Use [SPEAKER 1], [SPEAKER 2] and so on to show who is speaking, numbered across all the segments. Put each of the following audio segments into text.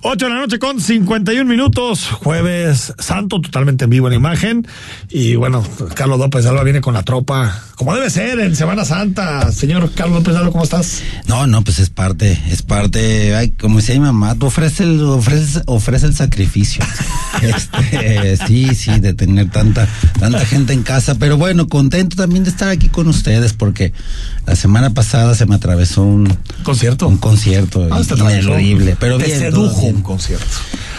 [SPEAKER 1] 8 de la noche con 51 minutos, jueves santo, totalmente en vivo en imagen. Y bueno, Carlos López Alba viene con la tropa, como debe ser, en Semana Santa. Señor Carlos López Alba, ¿cómo estás?
[SPEAKER 2] No, no, pues es parte, es parte. Ay, como decía mi mamá, tú ofrece el, ofrece, ofrece el sacrificio. este, sí, sí, de tener tanta, tanta gente en casa. Pero bueno, contento también de estar aquí con ustedes, porque la semana pasada se me atravesó un
[SPEAKER 1] concierto.
[SPEAKER 2] Un concierto
[SPEAKER 1] ah,
[SPEAKER 2] horrible. Pero
[SPEAKER 1] Te
[SPEAKER 2] bien,
[SPEAKER 1] sedujo un concierto.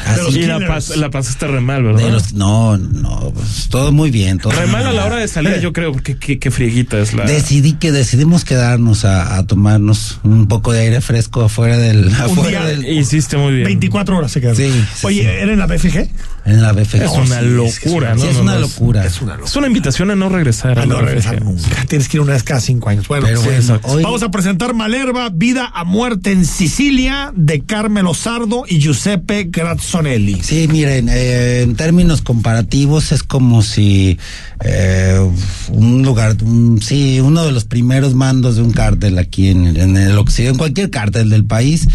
[SPEAKER 3] Así, y la, pas, la pasaste re mal, ¿verdad? De los,
[SPEAKER 2] no, no, pues, todo muy bien. Todo
[SPEAKER 3] re
[SPEAKER 2] mal
[SPEAKER 3] a la hora de salir, eh. yo creo, porque qué, qué frieguita es la.
[SPEAKER 2] Decidí que decidimos quedarnos a, a, tomarnos un poco de aire fresco afuera del. Un afuera del...
[SPEAKER 3] Hiciste muy bien.
[SPEAKER 1] 24 horas se quedaron. Sí, sí, Oye, sí. ¿era en la BFG?
[SPEAKER 2] En la BFG.
[SPEAKER 3] Es una locura,
[SPEAKER 2] ¿no?
[SPEAKER 3] es
[SPEAKER 2] una locura.
[SPEAKER 3] Es una locura. Es una invitación a no regresar.
[SPEAKER 1] A, a Ah, no regresar nunca. Tienes que ir una vez cada cinco años. Bueno, Pero bueno hoy... vamos a presentar Malerva, Vida a Muerte en Sicilia, de Carmelo Sardo y Giuseppe Grazzonelli.
[SPEAKER 2] Sí, miren, eh, en términos comparativos es como si eh, un lugar, un, sí, uno de los primeros mandos de un cártel aquí en, en el occidente, en cualquier cártel del país,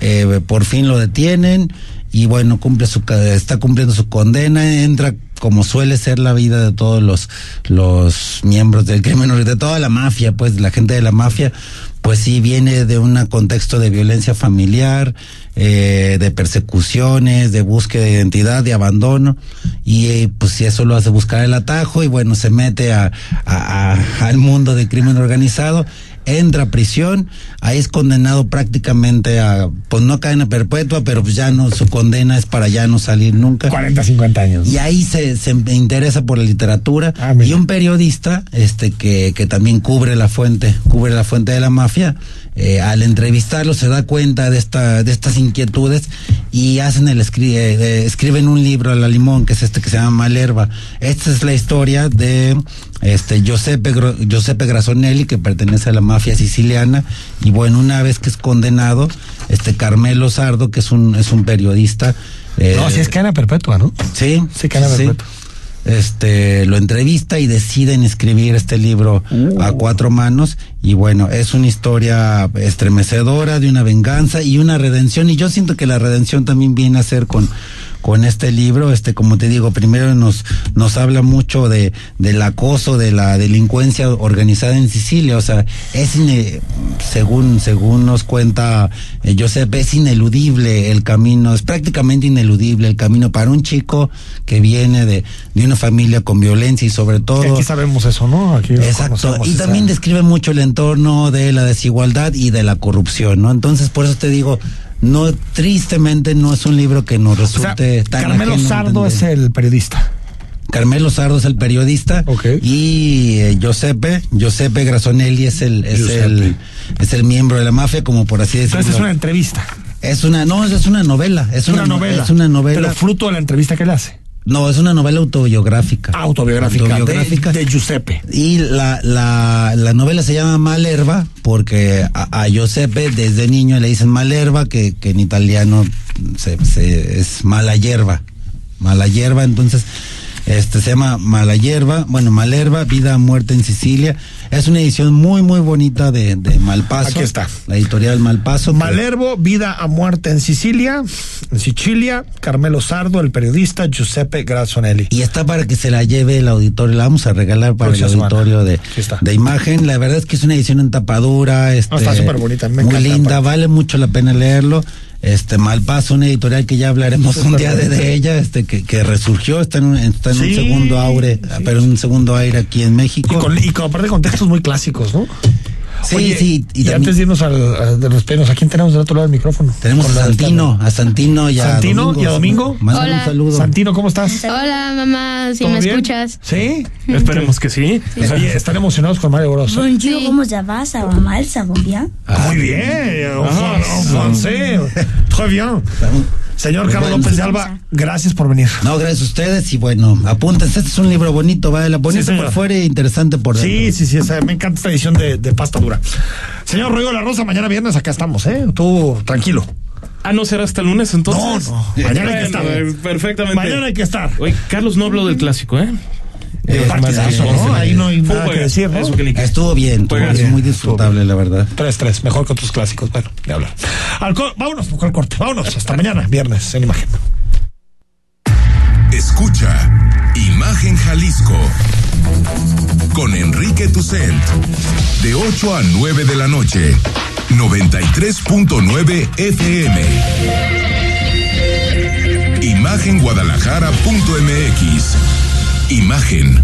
[SPEAKER 2] eh, por fin lo detienen y bueno, cumple su, está cumpliendo su condena, entra como suele ser la vida de todos los, los miembros del crimen, de toda la mafia, pues la gente de la mafia, pues sí viene de un contexto de violencia familiar, eh, de persecuciones, de búsqueda de identidad, de abandono, y eh, pues eso lo hace buscar el atajo y bueno, se mete a, a, a, al mundo del crimen organizado entra a prisión, ahí es condenado prácticamente a, pues no cadena perpetua, pero ya no, su condena es para ya no salir nunca.
[SPEAKER 1] 40, 50 años.
[SPEAKER 2] Y ahí se, se interesa por la literatura. Ah, y un periodista, este, que, que también cubre la fuente, cubre la fuente de la mafia, eh, al entrevistarlo se da cuenta de, esta, de estas inquietudes y hacen el escri eh, escriben un libro a la limón, que es este que se llama Malherba. Esta es la historia de este Giuseppe, Giuseppe Grasonelli, que pertenece a la mafia siciliana, y bueno, una vez que es condenado, este Carmelo Sardo, que es un, es un periodista.
[SPEAKER 1] Eh, no, si es cadena perpetua, ¿no?
[SPEAKER 2] Sí.
[SPEAKER 1] Sí, cadena sí. perpetua
[SPEAKER 2] este lo entrevista y deciden escribir este libro uh. a cuatro manos y bueno es una historia estremecedora de una venganza y una redención y yo siento que la redención también viene a ser con con este libro, este, como te digo, primero nos, nos habla mucho de, del acoso, de la delincuencia organizada en Sicilia, o sea, es, ine, según, según nos cuenta eh, Josep, es ineludible el camino, es prácticamente ineludible el camino para un chico que viene de, de una familia con violencia y sobre todo...
[SPEAKER 1] Aquí sabemos eso, ¿no? Aquí
[SPEAKER 2] exacto, y también describe mucho el entorno de la desigualdad y de la corrupción, ¿no? Entonces, por eso te digo, no tristemente no es un libro que nos resulte o sea, tan
[SPEAKER 1] Carmelo Sardo entender. es el periodista.
[SPEAKER 2] Carmelo Sardo es el periodista
[SPEAKER 1] okay.
[SPEAKER 2] y eh, Giuseppe, Giuseppe Grasonelli es el es Giuseppe. el es el miembro de la mafia como por así decirlo.
[SPEAKER 1] Entonces Ah, es una entrevista.
[SPEAKER 2] Es una no, es una novela, es una, una novela.
[SPEAKER 1] Es una novela. Pero fruto de la entrevista que le hace.
[SPEAKER 2] No, es una novela autobiográfica.
[SPEAKER 1] Ah, Autobiográfica, autobiográfica. De, de, Giuseppe.
[SPEAKER 2] Y la, la, la novela se llama Malherba porque a, a, Giuseppe desde niño le dicen Malherba, que, que en italiano se, se, es mala hierba. Mala hierba, entonces este se llama Mala Hierba, bueno, Malherba, Vida, Muerte en Sicilia. Es una edición muy, muy bonita de, de Malpaso.
[SPEAKER 1] Aquí está.
[SPEAKER 2] La editorial Malpaso.
[SPEAKER 1] Malherbo, que... Vida a Muerte en Sicilia, en Sicilia, Carmelo Sardo, el periodista Giuseppe Grazzonelli.
[SPEAKER 2] Y está para que se la lleve el auditorio, la vamos a regalar para Próxima el auditorio de, de, imagen. La verdad es que es una edición en tapadura. Este,
[SPEAKER 1] oh, está súper bonita, me
[SPEAKER 2] Muy linda, para... vale mucho la pena leerlo este Malpaso, una editorial que ya hablaremos un día de, de, ella, este que, que resurgió, está en, está en sí, un segundo aire, sí. pero en un segundo aire aquí en México.
[SPEAKER 1] Y con, y con aparte con textos muy clásicos, ¿no?
[SPEAKER 2] Sí, Oye, sí.
[SPEAKER 1] Y, y también, antes de irnos al, a, de los penos, ¿a quién tenemos del otro lado del micrófono?
[SPEAKER 2] Tenemos a Santino, a Santino y a
[SPEAKER 1] Santino Domingo. y a Domingo.
[SPEAKER 2] Hola. un saludo.
[SPEAKER 1] Santino, ¿cómo estás?
[SPEAKER 4] Hola, mamá, si me bien? escuchas.
[SPEAKER 1] ¿Sí?
[SPEAKER 3] Esperemos que sí. sí.
[SPEAKER 1] Oye, están emocionados con Mario Bros.
[SPEAKER 5] Bonjour, sí. ¿cómo se va? ¿Ça va mal? ¿Ça va bien?
[SPEAKER 1] Muy bien. Ah, en francés. Très bien. Señor Carlos bueno, López de Alba, gracias por venir.
[SPEAKER 2] No, gracias a ustedes y bueno, apúntense. Este es un libro bonito, vale la bonito sí, por fuera e interesante por
[SPEAKER 1] dentro. Sí, eh, sí, sí, esa, me encanta esta edición de, de pasta dura. Señor Rodrigo La Rosa, mañana viernes acá estamos, ¿eh? Tú tranquilo.
[SPEAKER 3] Ah, no será hasta el lunes entonces. eh,
[SPEAKER 1] No, no. Mañana hay que estar.
[SPEAKER 3] Perfectamente.
[SPEAKER 1] Mañana hay que estar.
[SPEAKER 3] Oye, Carlos no habló del clásico, ¿eh? Eh,
[SPEAKER 1] Partidazo,
[SPEAKER 3] más-
[SPEAKER 1] ¿no? Ahí no hay
[SPEAKER 3] Fue un
[SPEAKER 1] nada que
[SPEAKER 3] juegazo,
[SPEAKER 1] decir, ¿no?
[SPEAKER 3] Eso que ni-
[SPEAKER 2] Estuvo bien, estuvo
[SPEAKER 3] Juegas
[SPEAKER 2] bien,
[SPEAKER 3] bien.
[SPEAKER 2] muy disfrutable, la verdad.
[SPEAKER 1] 3-3, mejor que otros clásicos. Bueno, de hablar. Al co- vámonos, mejor al corte. Vámonos. Hasta mañana, viernes, en imagen.
[SPEAKER 6] Escucha Imagen Jalisco con Enrique Tucent de 8 a 9 de la noche 93.9 FM Imagen Guadalajara.mx Imagen